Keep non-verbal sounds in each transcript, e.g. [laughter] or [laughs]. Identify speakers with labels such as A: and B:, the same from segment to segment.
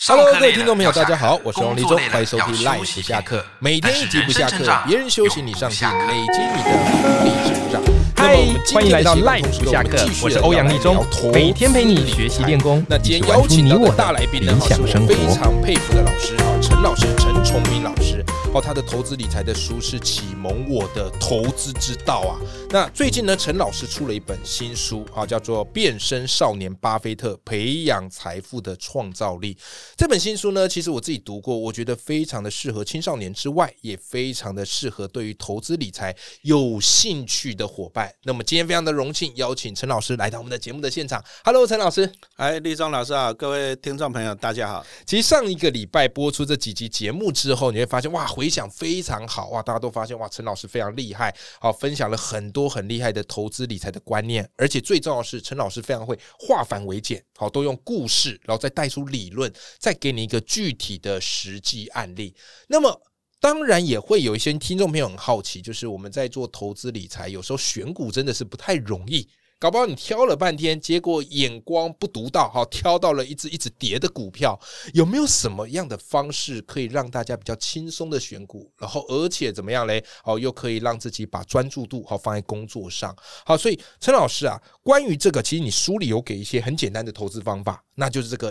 A: 上
B: Hello，
A: 课
B: 各位
A: 累
B: 听
A: 了
B: 众朋友，
A: 要下
B: 大家好，
A: 课
B: 我是王
A: 工
B: 立
A: 作
B: 中，
A: 累了
B: 欢迎收
A: 要
B: 听
A: 休
B: Life
A: 息
B: 不下课，每
A: 但
B: 天一
A: 是
B: 集
A: 人
B: 不下
A: 生
B: 课啊
A: 成长，
B: 别人休息
A: 永
B: 你
A: 不
B: 上进
A: 下，课
B: 累积你的独立成长。那
C: 嗨
B: 么我们，今
C: 欢迎
B: 天
C: 来
B: 的
C: 到
B: 斜杠
C: Live
B: 通识
C: 不
B: 社
C: 下
B: 我们
C: 课
B: 继，续
C: 我是
B: 地
C: 欧
B: 聊
C: 阳立中
B: 聊投，
C: 每天陪你
B: 资
C: 学习
B: 理财
C: 练功，
B: 那
C: 一
B: 今
C: 起
B: 天
C: 玩
B: 邀
C: 出
B: 请
C: 你
B: 到的
C: 我
B: 大
C: 的
B: 来宾呢
C: 理，
B: 哈是
C: 想
B: 我
C: 生
B: 非
C: 活。
B: 常佩服的老师哈，陈老师陈崇明老师哦，他的投资理财的书是启蒙我的投资之道啊。那最近呢，陈老师出了一本新书啊，叫做《变身少年巴菲特：培呃养财富的创造力》。这本新书呢，其实我自己读过，我觉得非常的适合青少年之外，也非常的适合对于投资理财有兴趣的伙伴。那么今天非常的荣幸邀请陈老师来到我们的节目的现场。Hello，陈老师。
D: 哎，立中老师好，各位听众朋友，大家好。
B: 其实上一个礼拜播出这几集节目之后，你会发现哇，回响非常好哇，大家都发现哇，陈老师非常厉害，好、分享了很多很厉害的投资理财的观念，而且最重要的是，陈老师非常会化繁为简，好、都用故事，然后再带出理论，再给你一个具体的实际案例。那么。当然也会有一些听众朋友很好奇，就是我们在做投资理财，有时候选股真的是不太容易。搞不好你挑了半天，结果眼光不独到，哈，挑到了一只一直跌的股票，有没有什么样的方式可以让大家比较轻松的选股，然后而且怎么样嘞？哦，又可以让自己把专注度好放在工作上。好，所以陈老师啊，关于这个，其实你书里有给一些很简单的投资方法，那就是这个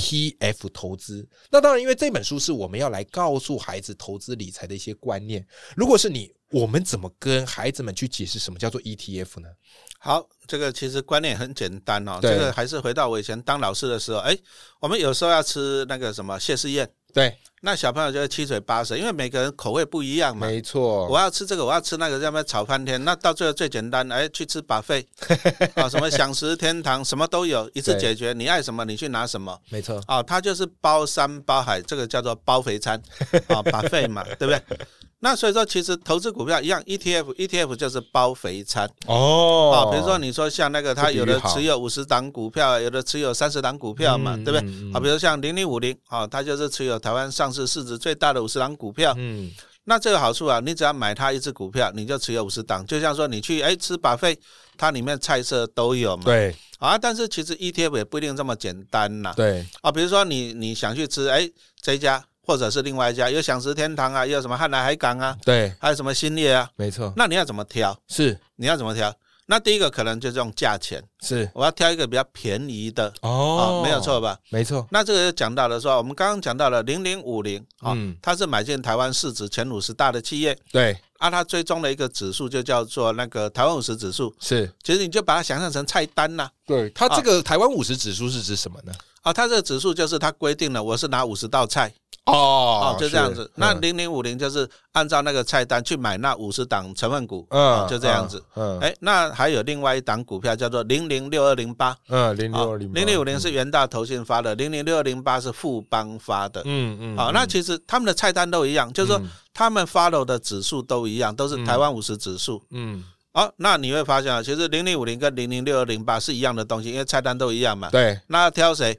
B: ETF 投资。那当然，因为这本书是我们要来告诉孩子投资理财的一些观念。如果是你，我们怎么跟孩子们去解释什么叫做 ETF 呢？
D: 好，这个其实观念很简单哦。
B: 对
D: 这个还是回到我以前当老师的时候，哎，我们有时候要吃那个什么谢师宴，
B: 对，
D: 那小朋友就会七嘴八舌，因为每个人口味不一样嘛。
B: 没错，
D: 我要吃这个，我要吃那个，要不要吵翻天？那到最后最简单，哎，去吃
B: [laughs]
D: 把费啊，什么享食天堂，什么都有，一次
B: 对
D: 解决。你爱什么，你去拿什么。
B: 没错，
D: 啊，它就是包山包海，这个叫做包
B: [laughs]
D: 肥餐啊，把费嘛，对不对？那所以说，其实投资股票一样，ETF E ETF 就是包肥餐啊、
B: 哦
D: 比如说你说像那个，
B: 这
D: 它
B: 比喻
D: 有的
B: 好
D: 持有五十档股票，有的持有三十档股票嘛，
B: 嗯
D: 对不对？
B: 嗯嗯
D: 啊，比如像零零五零啊，它就是持有台湾上市市值最大的五十档股票。
B: 嗯，
D: 那这个好处啊，你只要买它一只股票，你就持有五十档。就像说你去哎吃把费，它里面菜色都有嘛。
B: 对
D: 啊，但是其实 ETF 也不一定这么简单呐、
B: 对，
D: 啊，比如说你你想去吃，哎，这一家或者是另外一家，有享食天堂啊，也有什么汉来海港啊，
B: 对，
D: 还有什么新业啊，
B: 没错，
D: 那你要怎么挑？
B: 是
D: 你要怎么挑？那第一个可能就是用价钱，
B: 是
D: 我要挑一个比较便宜的啊
B: 哦，，
D: 没有，错吧？
B: 没错，
D: 那这个就讲到了说，我们刚刚讲到了零零五零啊
B: 嗯，
D: 它是买进台湾市值前五十大的企业，
B: 对，
D: 啊，它追踪的一个指数就叫做那个台湾五十指数，
B: 是，
D: 其实你就把它想象成菜单呐、
B: 对，它
D: 啊
B: 这个台湾五十指数是指什么呢？
D: 啊，它这个指数就是它规定了，我是拿五十道菜，
B: 哦
D: 哦，就这样子。那
B: 你
D: 零零五零就是按照那个菜单去买那五十档成分股，
B: 嗯
D: 哦就这样子。，
B: 嗯，
D: 哎，那还有另外一档股票叫做零零六二零八，哦
B: 嗯，零六零
D: 零零五零，是元大投信发的，零零六二零八是富邦发的。哦
B: 嗯嗯，
D: 好，那其实他们的菜单都一样，就是说
B: 嗯
D: 他们 follow 的指数都一样，都是台湾五十指数。
B: 嗯，
D: 哦，那你会发现啊，其实零零五零跟零零六二零八是一样的东西，因为菜单都一样嘛。
B: 对，
D: 那挑谁？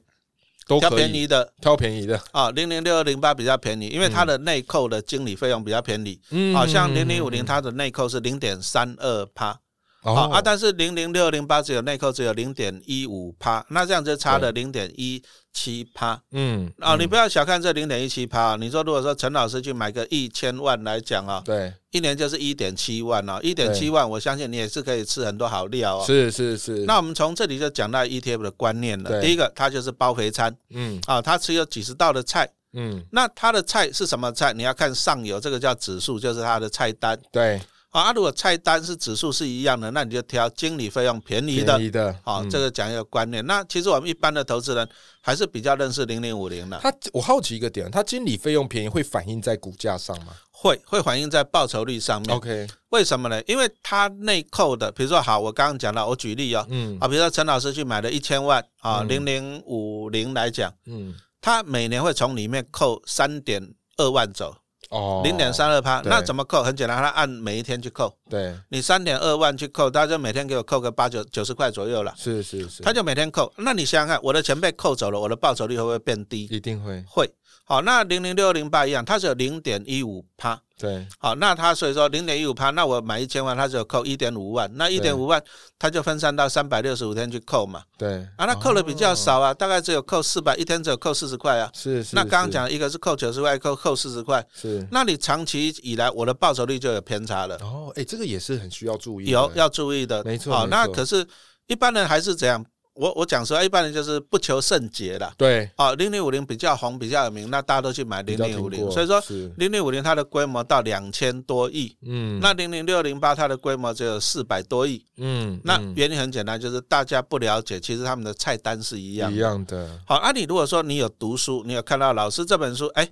B: 都
D: 挑
B: 可
D: 便
B: 以，
D: 宜的
B: 挑便宜的，
D: 啊，零零六二零八比较便宜，因为它的内扣的经理费用比较便宜。
B: 嗯
D: 好、像零零五零，它的内扣是零点三二趴，
B: 哦
D: 好啊，但是零零六零八只有内扣只有零点一五趴，那这样就差了零点一七趴
B: 嗯，
D: 啊！你不要小看这零点一七趴，啊你说如果说陈老师去买个一千万来讲啊、
B: 对，
D: 一年就是一点七万哦，一点七万，我相信你也是可以吃很多好料哦。
B: 是是是，
D: 那我们从这里就讲到 ETF 的观念了。
B: 对
D: 第一个，它就是包肥餐
B: 嗯
D: 啊，它持有几十道的菜，
B: 嗯，
D: 那它的菜是什么菜？你要看上游这个叫指数，就是它的菜单。
B: 对，
D: 好啊，如果菜单是指数是一样的，那你就挑经理费用便宜的
B: 便。宜的，
D: 好、
B: 嗯
D: 这个讲一个观念。那其实我们一般的投资人还是比较认识零零五零的，
B: 他我好奇一个点，他经理费用便宜会反映在股价上吗
D: 会会反映在报酬率上面。
B: ？OK，
D: 为什么呢？因为它内扣的，比如说好，我刚刚讲了，我举例哦，
B: 嗯
D: 啊，比如说陈老师去买了一千万啊，
B: 嗯
D: 零零五零来讲，
B: 嗯，
D: 他每年会从里面扣三点二万走，
B: 哦，
D: 零点，三二趴。
B: 对
D: 那怎么扣？很简单，他按每一天去扣。
B: 对，
D: 你三点二万去扣，他就每天给我扣个八九九十块左右了。
B: 是是是，
D: 他就每天扣。那你想想看，我的钱被扣走了，我的报酬率会不会变低？
B: 一定会，
D: 会。好，那零零六零八一样，它是有零点一五趴，
B: 对，
D: 好，那他所以说零点一五趴，那我买一千万，他就扣一点五万，那一点五万他就分散到三百六十五天去扣嘛，
B: 对，
D: 啊，那扣的比较少啊，大概只有扣四百，一天只有扣四十块啊。
B: 是哦是。
D: 那刚刚
B: 是
D: 讲一个是扣九十块，扣扣四十块，
B: 是
D: 那你长期以来我的报酬率就有偏差了，
B: 哦，哎，这个也是很需要注意的，
D: 有要注意的。
B: 没错
D: 好，
B: 没
D: 那
B: 错
D: 可是一般人还是怎样？我我讲说，一般人就是不求甚解啦。
B: 对，
D: 哦，零零五零比较红，比较有名，那大家都去买
B: 比
D: 零
B: 较
D: 零五
B: 听
D: 零，
B: 过
D: 所以说
B: 是
D: 零零五零它的规模到两千多亿，
B: 嗯
D: 那零零六零八它的规模只有四百多亿。
B: 嗯
D: 那
B: 嗯
D: 原因很简单，就是大家不了解，其实他们的菜单是一样
B: 一
D: 的。
B: 样的，
D: 好，啊那、你如果说你有读书，你有看到老师这本书，哎，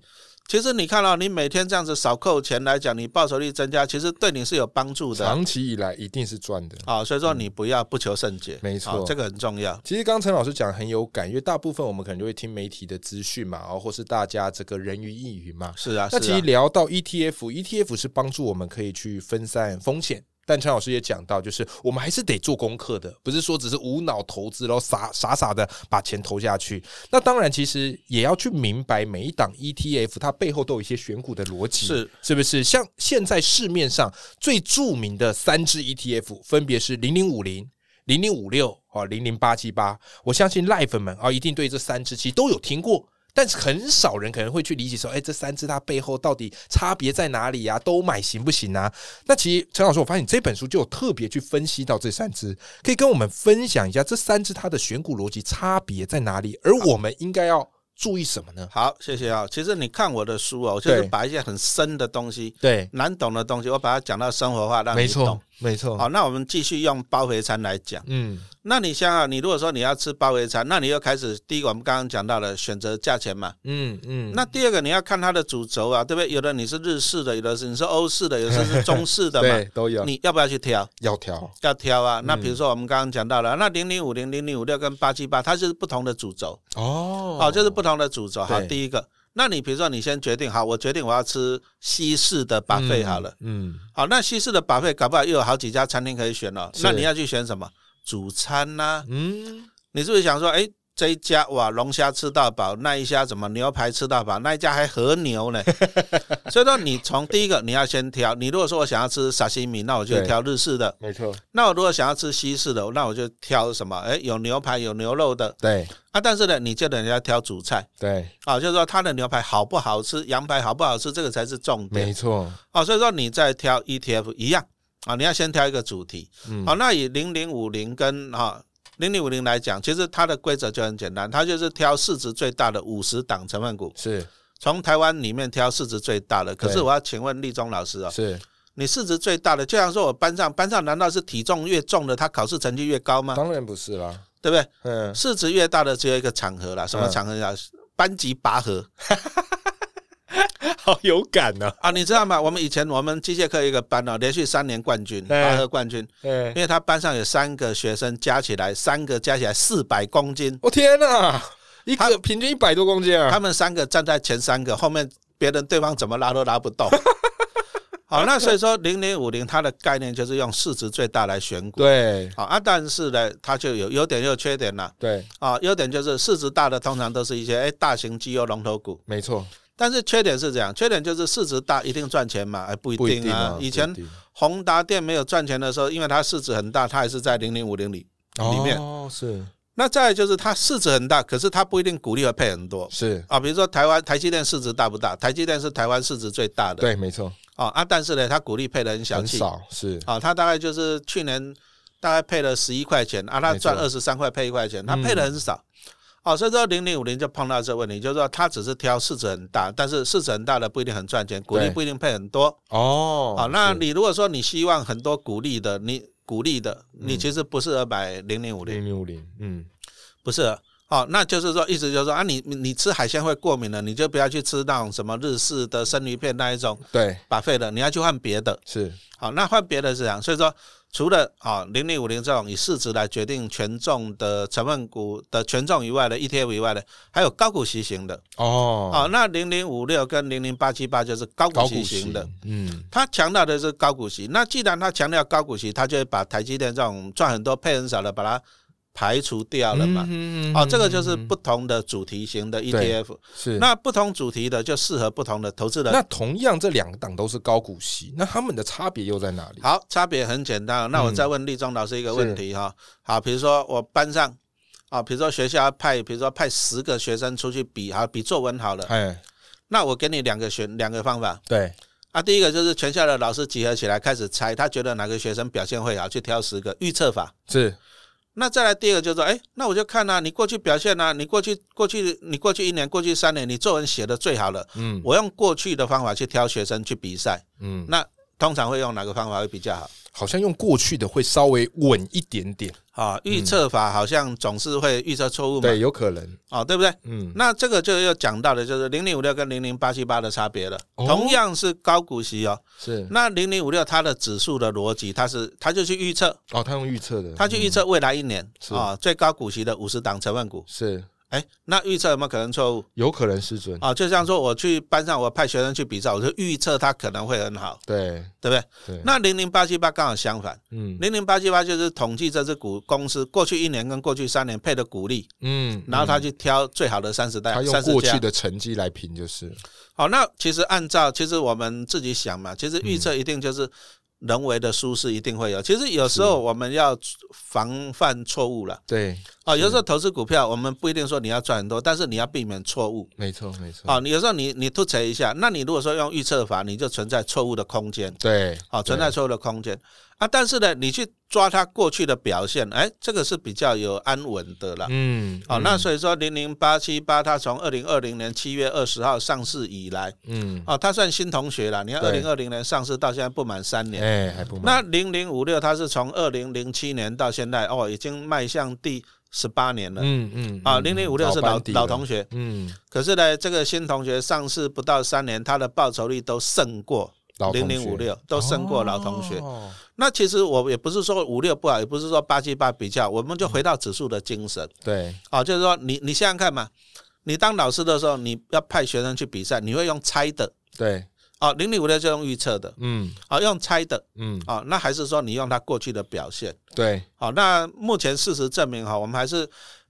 D: 其实你看到你每天这样子少扣钱来讲，你报酬率增加，其实对你啊是有帮助的。
B: 长期以来一定是赚的。
D: 好，所以说你不要不求甚解，
B: 没错
D: 好这个很重要。
B: 其实刚刚陈老师讲得很有感，因为大部分我们可能就会听媒体的资讯嘛，哦，或是大家这个人云亦云嘛。
D: 是啊，
B: 那其
D: 是
B: 实
D: 啊，
B: 聊到 E ETF，ETF 是帮助我们可以去分散风险。但陈老师也讲到，就是我们还是得做功课的，不是说只是无脑投资，然后傻傻傻的把钱投下去。那当然，其实也要去明白每一档 ETF 它背后都有一些选股的逻辑，
D: 是
B: 是不是？像现在市面上最著名的三只 ETF，分别是零零五零、零零五六啊、零零八七八。我相信赖粉们啊，一定对这三只其实都有听过。但是很少人可能会去理解说，哎、这三只它背后到底差别在哪里啊？都买行不行啊？那其实陈老师，我发现你这本书就有特别去分析到这三只，可以跟我们分享一下这三只它的选股逻辑差别在哪里，而我们应该要注意什么呢？
D: 好，谢谢啊、其实你看我的书哦，我就是
B: 对
D: 把一些很深的东西、
B: 对，
D: 难懂的东西，我把它讲到生活化，让
B: 没
D: 你懂
B: 错。，没错，
D: 好，那我们继续用包肥餐来讲。
B: 嗯，
D: 那你想想，你如果说你要吃包围餐，那你又开始第一个我们刚刚讲到了选择价钱嘛。
B: 嗯嗯，
D: 那第二个你要看它的主轴啊，对不对？有的你是日式的，有的是你是欧式的，有的是中式
B: [laughs]
D: 的
B: 对
D: 嘛。
B: 都有嗯
D: 你要不要去挑？
B: 要调，
D: 要挑啊。那比如说我们刚刚讲到了，那零零五零、零零五六跟八七八，它就是不同的主轴，
B: 哦
D: 哦，就是不同的主轴。好，
B: 对
D: 第一个，那你比如说你先决定好，我决定我要吃西式的巴菲好了。，
B: 嗯，
D: 好，那西式的巴菲搞不好又有好几家餐厅可以选哦。
B: 是
D: 那你要去选什么？主餐呐、啊
B: 嗯，
D: 你是不是想说，哎、这一家哇，龙虾吃到饱，那一家怎么牛排吃到饱，那一家还和牛呢？所以说，你从第一个你要先挑。你如果说我想要吃沙西米，那我就
B: 对
D: 挑日式的；
B: 没错，
D: 那我如果想要吃西式的，那我就挑什么？哎、有牛排，有牛肉的
B: 对
D: 啊。但是呢，你就得人家挑主菜
B: 对，
D: 啊，就是说它的牛排好不好吃，羊排好不好吃，这个才是重
B: 没
D: 点
B: 错，
D: 啊。所以说，你在挑 ETF 一样啊，你要先挑一个主题。
B: 嗯，
D: 好，那以零零五零跟哈零零五零来讲，其实它的规则就很简单，它就是挑市值最大的五十档成分股，
B: 是
D: 从台湾里面挑市值最大的。可是
B: 对
D: 我要请问立中老师哦，
B: 是，
D: 你市值最大的，就像说我班上班上难道是体重越重的，他考试成绩越高吗？
B: 当然不是啦，
D: 对不对？
B: 嗯，
D: 市值越大的只有一个场合啦，什么
B: 嗯
D: 场合呀？班级拔河
B: 好有感
D: [laughs]
B: 呢，
D: 啊，你知道吗？我们以前我们机械课有一个班哦，连续三年冠军，
B: 哎
D: 拔河冠军，
B: 嗯
D: 因，为他班上有三个学生加起来，三个加起来四百公斤，
B: 我哦天哪，一个
D: 他
B: 平均一百多公斤啊，
D: 他们三个站在前三个，后面别人对方怎么拉都拉不
B: [laughs]
D: 动。好，那所以说零零五零它的概念就是用市值最大来选股。
B: 对
D: 好啊，但是呢，它就有优点又有缺点了
B: 对，
D: 啊。优点就是市值大的通常都是一些哎大型绩优龙头股，
B: 没错，
D: 但是缺点是这样，缺点就是市值大一定赚钱嘛？哎，不一
B: 不一
D: 定
B: 定
D: 啊
B: 啊。，
D: 以
B: 不一
D: 前
B: 定
D: 宏达电没有赚钱的时候，因为它市值很大，它还是在零零五零里。里面
B: 哦是
D: 那再来就是它市值很大，可是它不一定股利会配很多。
B: 是，
D: 啊，比如说台湾台积电市值大不大？台积电是台湾市值最大的，
B: 对，没错，
D: 啊啊，但是呢，它股利配的很小
B: 很
D: 气，
B: 少是，
D: 啊，它大概就是去年大概配了十一块钱，啊，它
B: 没错嗯
D: 赚二十三块配一块钱，它配的很少，哦、所以说零零五零就碰到这个问题，就是说它只是挑市值很大，但是市值很大的不一定很赚钱，股利
B: 对
D: 不一定配很多，
B: 哦
D: 啊，那
B: 是
D: 你如果说你希望很多股利的，你股利的，
B: 嗯
D: 你其实不适合买零零五零，
B: 零零五零，嗯，
D: 不是，哦，那就是说，意思就是说啊，你你你吃海鲜会过敏了，你就不要去吃那种什么日式的生鱼片那一种
B: 对，
D: 把废的，你要去换别的。
B: 是，
D: 好、那换别的是这样，所以说除了啊零零五零这种以市值来决定权重的成分股的权重以外的 ETF 以外的，还有高股息型的。
B: 哦，
D: 哦，那零零五六跟零零八七八就是高股
B: 高
D: 息
B: 股
D: 型
B: 息
D: 的。，
B: 嗯，
D: 它强调的是高股息，那既然它强调高股息，它就会把台积电这种赚很多配很少的，把它排除掉了嘛。
B: 嗯
D: 哦，这个就是不同的主题型的 ETF，
B: 是
D: 那不同主题的就适合不同的投资人。
B: 那同样这两个档都是高股息，那他们的差别又在哪里？
D: 好，差别很简
B: 嗯
D: 单。那我再问立中老师一个问题哈、好，比如说我班上啊，比如说学校派，比如说派十个学生出去比，好比作文好了。
B: 哎，
D: 那我给你两个选两个方法
B: 对，
D: 啊，第一个就是全校的老师集合起来开始猜，他觉得哪个学生表现会好，去挑十个预测法。
B: 是
D: 那再来第二个就是说，哎，那我就看啊，你过去表现啊，你过去过去你过去一年、过去三年，你作文写的最好了，
B: 嗯
D: 我用过去的方法去挑学生去比赛，
B: 嗯，
D: 那通常会用哪个方法会比较好？
B: 好像用过去的会稍微稳一点点，
D: 啊，预测法好像总是会预测错误
B: 嗯
D: 嘛，
B: 对，有可能，
D: 啊，对不对？
B: 嗯，
D: 那这个就要讲到的就是零零五六跟零零八七八的差别了，
B: 哦嗯
D: 同样是高股息哦。
B: 是
D: 那零零五六它的指数的逻辑，它是它就去预测，
B: 哦，他用预测的，
D: 它去预测未来一年
B: 是
D: 啊最高股息的五十档成分股，
B: 是
D: 哎，那预测有没有可能错误？
B: 有可能失准，
D: 啊，就像说我去班上，我派学生去比赛，我就预测他可能会很好，
B: 对
D: 对不对？
B: 对，
D: 那零零八七八刚好相反，
B: 嗯
D: 零零八七八就是统计这只股公司过去一年跟过去三年配的股利，
B: 嗯，
D: 然后他
B: 嗯
D: 去挑最好的三十代
B: 他，用
D: 三十
B: 过去
D: 家。
B: 的成绩来评就是，
D: 好，那其实按照其实我们自己想嘛，其实预
B: 嗯
D: 测一定就是人为的疏失一定会有。其实有时候我们要防范错误了
B: 对，
D: 啊、有时候投资股票，我们不一定说你要赚很多，但是你要避免错误。
B: 没错没错，
D: 啊，你有时候你你突测一下，那你如果说用预测法，你就存在错误的空间，
B: 对，
D: 啊，存在
B: 对
D: 错误的空间啊。但是呢，你去抓它过去的表现，哎，这个是比较有安稳的了。
B: 嗯，
D: 哦，那所以说零零八七八，它从二零二零年七月二十号上市以来，
B: 嗯，
D: 哦，它算新同学了。你看二
B: 对
D: 零二零年上市到现在不满三年，
B: 哎，还不
D: 那
B: 慢
D: 零零五六它是从二零零七年到现在，哦，已经迈向第十八年了。
B: 嗯嗯
D: 啊，
B: 嗯
D: 零零五六是老
B: 班底
D: 老
B: 了
D: 同学，
B: 嗯，
D: 可是呢，这个新同学上市不到三年，他的报酬率都胜过
B: 老
D: 零
B: 同
D: 零五
B: 学
D: 六，都胜过老同学。
B: 哦
D: 那其实我也不是说五六不好，也不是说八七八比较，我们就回到指数的精神
B: 对，
D: 啊、就是说你你想想看嘛，你当老师的时候，你要派学生去比赛，你会用猜的
B: 对，
D: 啊，零零五六就用预测的
B: 嗯
D: 啊、用猜的
B: 嗯，
D: 啊、那还是说你用他过去的表现？
B: 对
D: 好、那目前事实证明哈、我们还是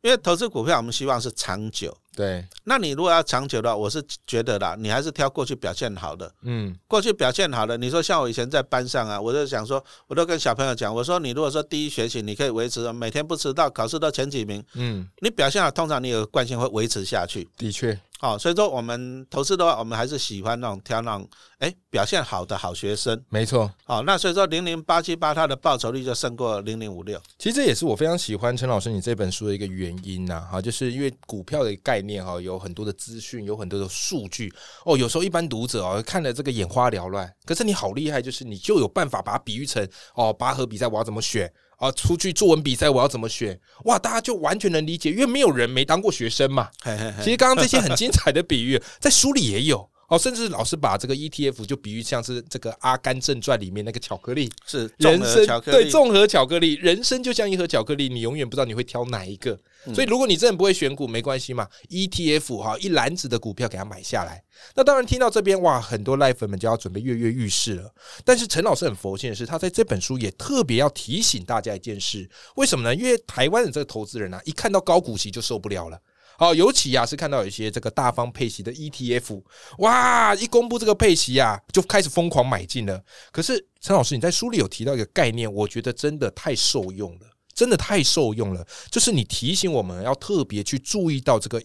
D: 因为投资股票，我们希望是长久。
B: 对，
D: 那你如果要长久的话，我是觉得啦，你还是挑过去表现好的。
B: 嗯
D: 过去表现好的，你说像我以前在班上啊，我就想说，我都跟小朋友讲，我说你如果说第一学期你可以维持每天不迟到，考试都前几名，
B: 嗯，
D: 你表现好，通常你有个惯性会维持下去。
B: 的确，
D: 哦，所以说我们投资的话，我们还是喜欢那种挑那种哎表现好的好学生。
B: 没错。
D: 哦，那所以说零零八七八它的报酬率就胜过零零五六。
B: 其实这也是我非常喜欢陈老师你这本书的一个原因呐、哈，就是因为股票的概念哈、有很多的资讯，有很多的数据哦，有时候一般读者哦看了这个眼花缭乱，可是你好厉害，就是你就有办法把它比喻成哦拔河比赛我要怎么选。啊，出去作文比赛我要怎么选？哇，大家就完全能理解，因为没有人没当过学生嘛。
D: 嘿嘿嘿
B: 其实刚刚这些很精彩的比喻， [laughs] 在书里也有哦，甚至老师把这个 ETF 就比喻像是这个《阿甘正传》里面那个巧克力，
D: 是
B: 人
D: 综合
B: 生
D: 巧克
B: 对
D: 力。
B: 综合巧克力，人生就像一盒巧克力，你永远不知道你会挑哪一个。
D: 嗯
B: 所以如果你真的不会选股，没关系嘛，ETF 哈一篮子的股票给它买下来。那当然听到这边哇，很多赖粉们就要准备跃跃欲试了。但是陈老师很佛心的是，他在这本书也特别要提醒大家一件事，为什么呢？因为台湾的这个投资人啊，一看到高股息就受不了了。好，尤其啊是看到有一些这个大方配息的 ETF，哇，一公布这个配息啊，就开始疯狂买进了。可是陈老师，你在书里有提到一个概念，我觉得真的太受用了，真的太受用了。就是你提醒我们要特别去注意到这个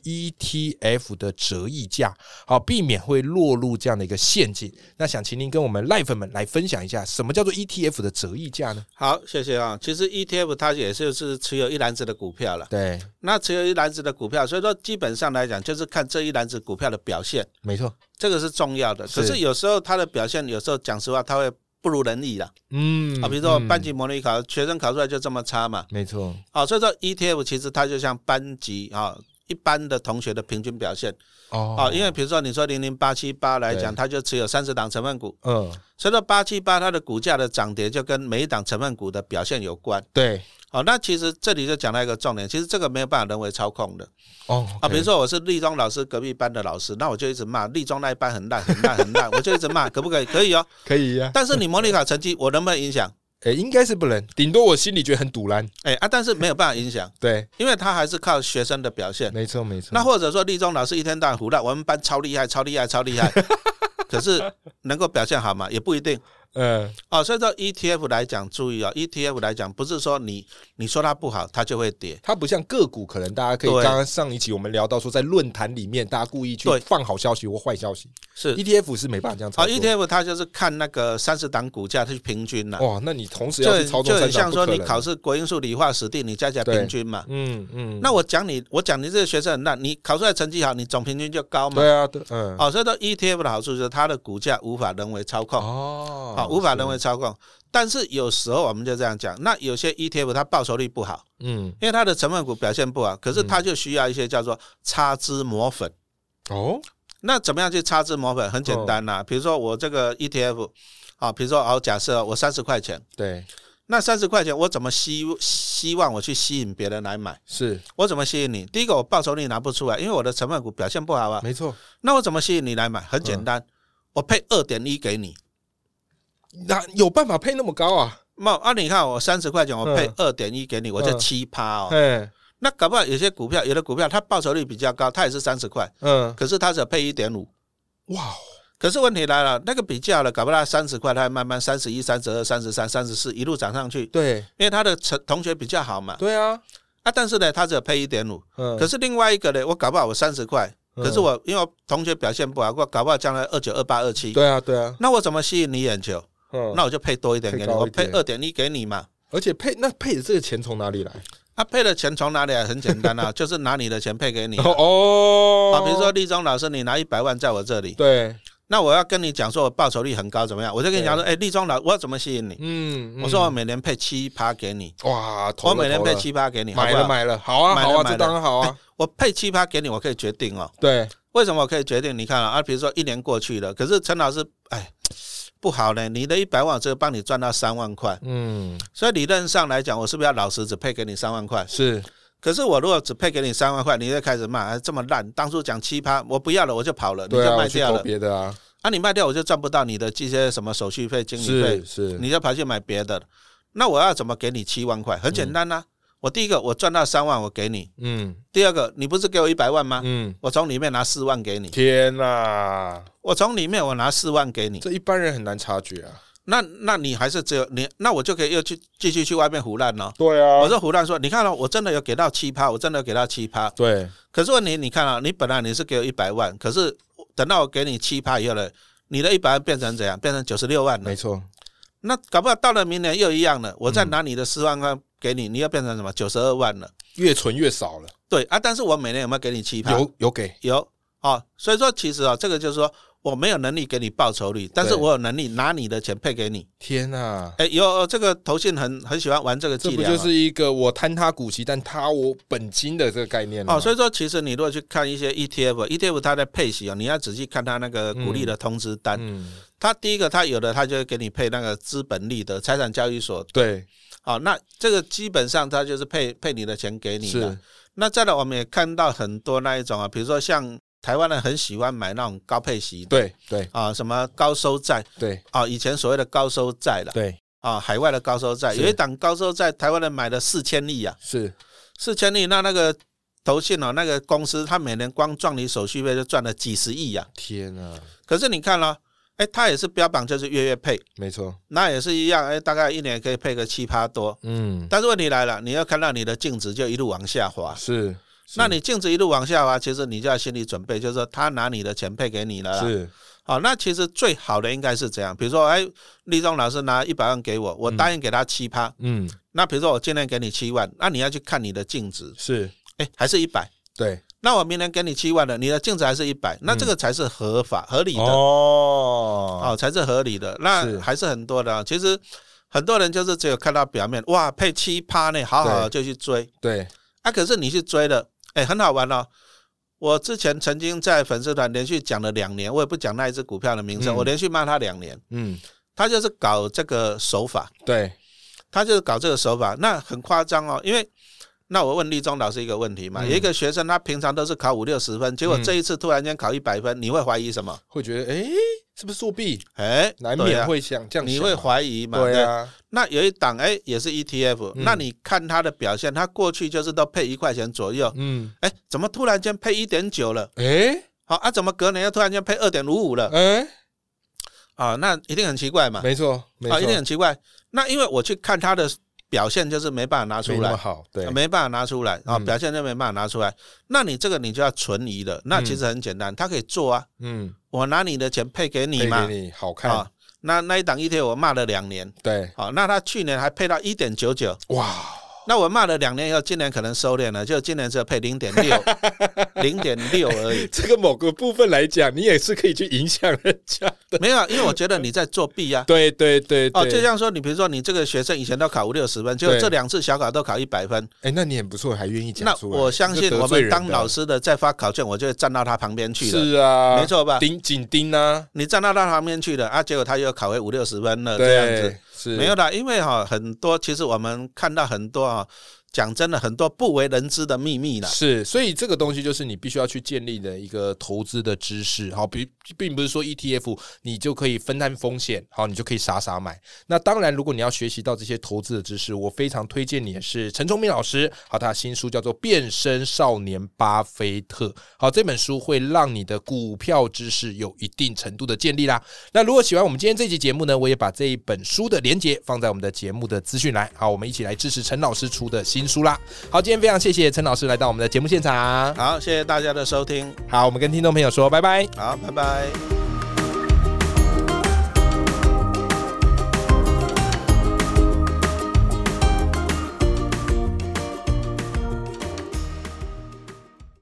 B: ETF 的折溢价，好，避免会落入这样的一个陷阱。那想请您跟我们赖粉们来分享一下，什么叫做 ETF 的折溢价呢？
D: 好，谢谢啊。其实 ETF 它也是是持有一篮子的股票了，
B: 对，
D: 那持有一篮子的股票，所以说基本上来讲就是看这一篮子股票的表现，
B: 没错，
D: 这个是重要的。
B: 是
D: 可是有时候它的表现，有时候讲实话，它会不如人意啦。
B: 嗯
D: 啊，比如说班级模拟考，学生考出来就这么差嘛。
B: 没错，
D: 啊，所以说 ETF 其实它就像班级啊。一般的同学的平均表现
B: 哦
D: 啊，因为比如说你说零零八七八来讲，
B: 对
D: 它就持有三十档成分股，
B: 嗯，
D: 所以说八七八它的股价的涨跌就跟每一档成分股的表现有关。
B: 对，
D: 好，那其实这里就讲到一个重点，其实这个没有办法人为操控的
B: 哦
D: 啊。比如，说我是立中老师隔壁班的老师，那我就一直骂立中那一班很烂很烂很烂，我就一直骂，可不可以？可以哦。 [laughs]
B: 可以呀，
D: 但是你模拟考成绩，我能不能影响？
B: 呃，应该是不能，顶多我心里觉得很堵然。
D: 哎啊，但是没有办法影响，
B: 对，
D: 因为他还是靠学生的表现。
B: 没错没错。
D: 那或者说，立中老师一天到晚胡乱，我们班超厉害，超厉害，超厉害，可是能够表现好吗？也不一定
B: 嗯，
D: 哦。所以说 ETF 来讲，注意哦，ETF 来讲，不是说你你说它不好，它就会跌。
B: 它不像个股，可能大家可以
D: 对
B: 刚刚上一期我们聊到说，在论坛里面大家故意去
D: 对
B: 放好消息或坏消息
D: 是
B: ，ETF 是没办法这样操
D: 哦
B: 作。
D: ，ETF 它就是看那个三十档股价它去平均了，
B: 哇，那你同时
D: 就
B: 要去
D: 很
B: 操
D: 就
B: 纵三
D: 很
B: 档，
D: 像
B: 不
D: 说
B: 可
D: 你
B: 能
D: 考试国英数、理化、史地，你加起来
B: 对
D: 平均嘛。
B: 嗯嗯，
D: 那我讲你，我讲你这个学生很烂，你考出来成绩好，你总平均就高嘛。
B: 对啊，对，嗯，
D: 哦，所以说 ETF 的好处就是它的股价无法人为操控。
B: 哦
D: 好、无法人
B: 是
D: 为操控。但是有时候我们就这样讲，那有些 ETF 它报酬率不好，
B: 嗯，
D: 因为它的成分股表现不好，可是它就需要一些叫做擦脂抹粉。
B: 哦，
D: 那怎么样去擦脂抹粉？很简单啦、比如说我这个 ETF，啊，比如说好，假设我三十块钱，
B: 对，
D: 那三十块钱我怎么希希望我去吸引别人来买？
B: 是
D: 我怎么吸引你？第一个我报酬率拿不出来，因为我的成分股表现不好啊。
B: 没嗯错。
D: 那我怎么吸引你来买？很简单，我配二点一给你。
B: 那有办法配那么高啊？
D: 那啊，你看我三十块钱，我配
B: 嗯
D: 二点一给你，我就
B: 嗯
D: 七趴哦。
B: 嗯
D: 那搞不好有些股票，有的股票它报酬率比较高，它也是三十块，
B: 嗯，
D: 可是它只配一点五。
B: 哇，
D: 可是问题来了，那个比较了，搞不好三十块，它慢慢三十一、三十二、三十三、三十四一路涨上去，
B: 对
D: 因为它的成同学比较好嘛。
B: 对啊，
D: 啊，但是呢，它只配一点五。
B: 嗯，
D: 可是另外一个呢，我搞不好我三十块，
B: 嗯
D: 可是我因为我同学表现不好，我搞不好将来二九、二八、二七，
B: 对啊对啊，
D: 那我怎么吸引你眼球？
B: 嗯，
D: 那我就配多一点给你，
B: 配高
D: 我
B: 一
D: 配
B: 点
D: 二点一给你嘛。
B: 而且配那配的这个钱从哪里来？
D: 啊，配的钱从哪里来？很简单啊，就是拿你的钱配
B: [laughs]
D: 给你啊。
B: 哦
D: 啊，比如说立中老师，你拿一百万在我这里，
B: 对，
D: 那我要跟你讲说我报酬率很高怎么样？我就跟你讲说，哎，立中老，我要怎么吸引你？
B: 嗯，嗯
D: 我说我每年配七趴给你，
B: 哇，投
D: 我
B: 了
D: 每年
B: 投
D: 配
B: 了
D: 七趴给你，好
B: 买
D: 不
B: 了
D: 好？
B: 买了，好啊
D: 买了
B: 好啊，
D: 买了哎
B: 这当然好啊，
D: 我配七趴给你，我可以决定哦。
B: 对，
D: 为什么我可以决定？你看啊，啊比如说一年过去了，可是陈老师，哎。不好呢，你的一百万我只有帮你赚到三万块，
B: 嗯，
D: 所以理论上来讲，我是不是要老实只配给你三万块？
B: 是
D: 可是我如果只配给你三万块，你就开始骂，啊、这么烂，当初讲七趴，我不要了，我就跑了，你
B: 对啊，
D: 就卖
B: 我去
D: 掉
B: 投
D: 了。
B: 别的啊，
D: 啊，你卖掉我就赚不到你的这些什么手续费、经理费
B: 是，是，
D: 你就跑去买别的了。那我要怎么给你七万块？很简单呐、我第一个我赚到三万，我给你；
B: 嗯
D: 第二个，你不是给我一百万吗？
B: 嗯，
D: 我从里面拿四万给你，
B: 天哪，
D: 我从里面我拿四万给你。
B: 这一般人很难察觉啊，
D: 那那你还是只有你，那我就可以又去继续去外面胡乱了。
B: 对啊
D: 我说胡乱说，你看了、我真的有给到七趴，我真的有给到七趴。
B: 对，
D: 可是问题，你看啊，你本来你是给我一百万，可是等到我给你七趴以后呢，你的一百万变成怎样？变成九十六万了
B: 没。嗯错，
D: 那搞不好到了明年又一样了，我再拿你的四万块给你，你又变成什么九十二万了？
B: 越存越少了，
D: 对啊，但是我每年有没有给你七趴？
B: 有有给，
D: 有哦，所以说其实啊、这个就是说我没有能力给你报酬率，但是我有能力拿你的钱配给你。
B: 天哪，
D: 哎，有哦这个投信很很喜欢玩这个
B: 这
D: 伎
B: 不
D: 俩、
B: 就
D: 哦，
B: 是一个我贪他股息，但他我本金的这个概念了吗啊
D: 哦，所以说其实你如果去看一些 E ETF，ETF 它的配息哦，你要仔细看它那个股利的通知单，
B: 嗯，
D: 它第一个它有的它就会给你配那个资本利得财产交易所，
B: 对，
D: 哦，那这个基本上它就是配配你的钱给你的
B: 是。，
D: 那再来，我们也看到很多那一种啊，比如说像台湾人很喜欢买那种高配息的
B: 对对
D: 啊，什么高收债
B: 对
D: 啊，以前所谓的高收债了
B: 对，
D: 啊，海外的高收债，
B: 是
D: 有一档高收债，台湾人买了四千亿啊，
B: 是，
D: 四千亿，那那个投信哦，那个公司他每年光赚你手续费就赚了几十亿啊。
B: 天哪，
D: 可是你看了、哎，他也是标榜就是月月配，
B: 没错，
D: 那也是一样，哎，大概一年可以配个七趴多。
B: 嗯，
D: 但是问题来了，你要看到你的净值就一路往下滑，
B: 是，
D: 那你净值一路往下滑，其实你就要心理准备，就是说他拿你的钱配给你了啦。
B: 是
D: 好、那其实最好的应该是怎样？比如说，哎，立中老师拿一百万给我，我答应给他七趴。
B: 嗯
D: 那比如说我今天给你七万，那你要去看你的净值，
B: 是，
D: 哎，还是一百。
B: 对，
D: 那我明年给你七万了，你的净值还是一
B: 嗯
D: 百，那这个才是合法、合理的哦
B: 哦，
D: 才是合理的。
B: 是
D: 那还是很多的啊，其实很多人就是只有看到表面，哇，配七趴呢，好好就去追。
B: 对，
D: 啊，可是你去追了，哎，很好玩哦。我之前曾经在粉丝团连续讲了两年，我也不讲那一只股票的名称，
B: 嗯
D: 我连续骂他两年。
B: 嗯，
D: 他就是搞这个手法，
B: 对，
D: 他就是搞这个手法，那很夸张哦。因为那我问立中老师一个问题嘛，
B: 嗯
D: 有一个学生他平常都是考五六十分，结果
B: 嗯
D: 这一次突然间考一百分，你会怀疑什么？
B: 会觉得，诶，是不是作弊？
D: 哎，
B: 难
D: 对
B: 免
D: 啊
B: 会想这样想嘛，
D: 你会怀疑嘛？
B: 对啊，嗯
D: 那有一档哎，也是 ETF，、那你看它的表现，它过去就是都配一块钱左右，
B: 嗯，
D: 哎，怎么突然间配一点九了？
B: 哎
D: 好啊，怎么隔年又突然间配二点五五了？
B: 哎，
D: 啊，那一定很奇怪嘛，
B: 没错，没错，
D: 啊，一定很奇怪。那因为我去看它的表现，就是没办法拿
B: 没
D: 出
B: 那么
D: 来，
B: 好，对，
D: 没办法拿出来啊，
B: 嗯
D: 表现就没办法拿出来。那你这个你就要存疑了。那其实很简单，它可以做啊，
B: 嗯，
D: 我拿你的钱配给你
B: 配
D: 嘛
B: 给，你好看，
D: 啊。那那一档 ETF 我骂了两年，
B: 对，
D: 好，那它去年还配到一点九
B: 哦
D: 九，
B: 哇，
D: 那我骂了两年以后，今年可能收敛了，就今年只有配零点
B: [laughs]
D: 六，零点六而已。
B: 这个某个部分来讲，你也是可以去影响人家，
D: 没有，啊因为我觉得你在作弊啊。
B: [laughs] 对对对
D: 哦，
B: 对，
D: 就像说，你比如说，你这个学生以前都考五六十分，结果
B: 对
D: 这两次小考都考一百分，
B: 哎，那你很不错，还愿意讲
D: 那
B: 出来，
D: 我相信我们当老
B: 师
D: 师的在发考卷，我就会站到他旁边去了，
B: 是啊，
D: 没，错吧？
B: 盯紧盯啊，
D: 你站到他旁边去了啊，结果他又考回五六十分了，这样子
B: 对，是
D: 没有啦，因为哈、很多其实我们看到很多啊、讲真的，很多不为人知的秘密啦。
B: 是，所以这个东西就是你必须要去建立的一个投资的知识，好，并并不是说 ETF 你就可以分摊风险，好，你就可以傻傻买。那当然，如果你要学习到这些投资的知识，我非常推荐你的是陈崇明老师，好，他的新书叫做《变身少年巴菲特》，好，这本书会让你的股票知识有一定程度的建立啦。那如果喜欢我们今天这期节目呢，我也把这一本书的连接放在我们的节目的资讯栏，好，我们一起来支持陈老师出的新书啦。好，今天非常谢谢陈老师来到我们的节目现场。
D: 好，谢谢大家的收听，
B: 好，我们跟听众朋友说拜拜。
D: 好，拜拜。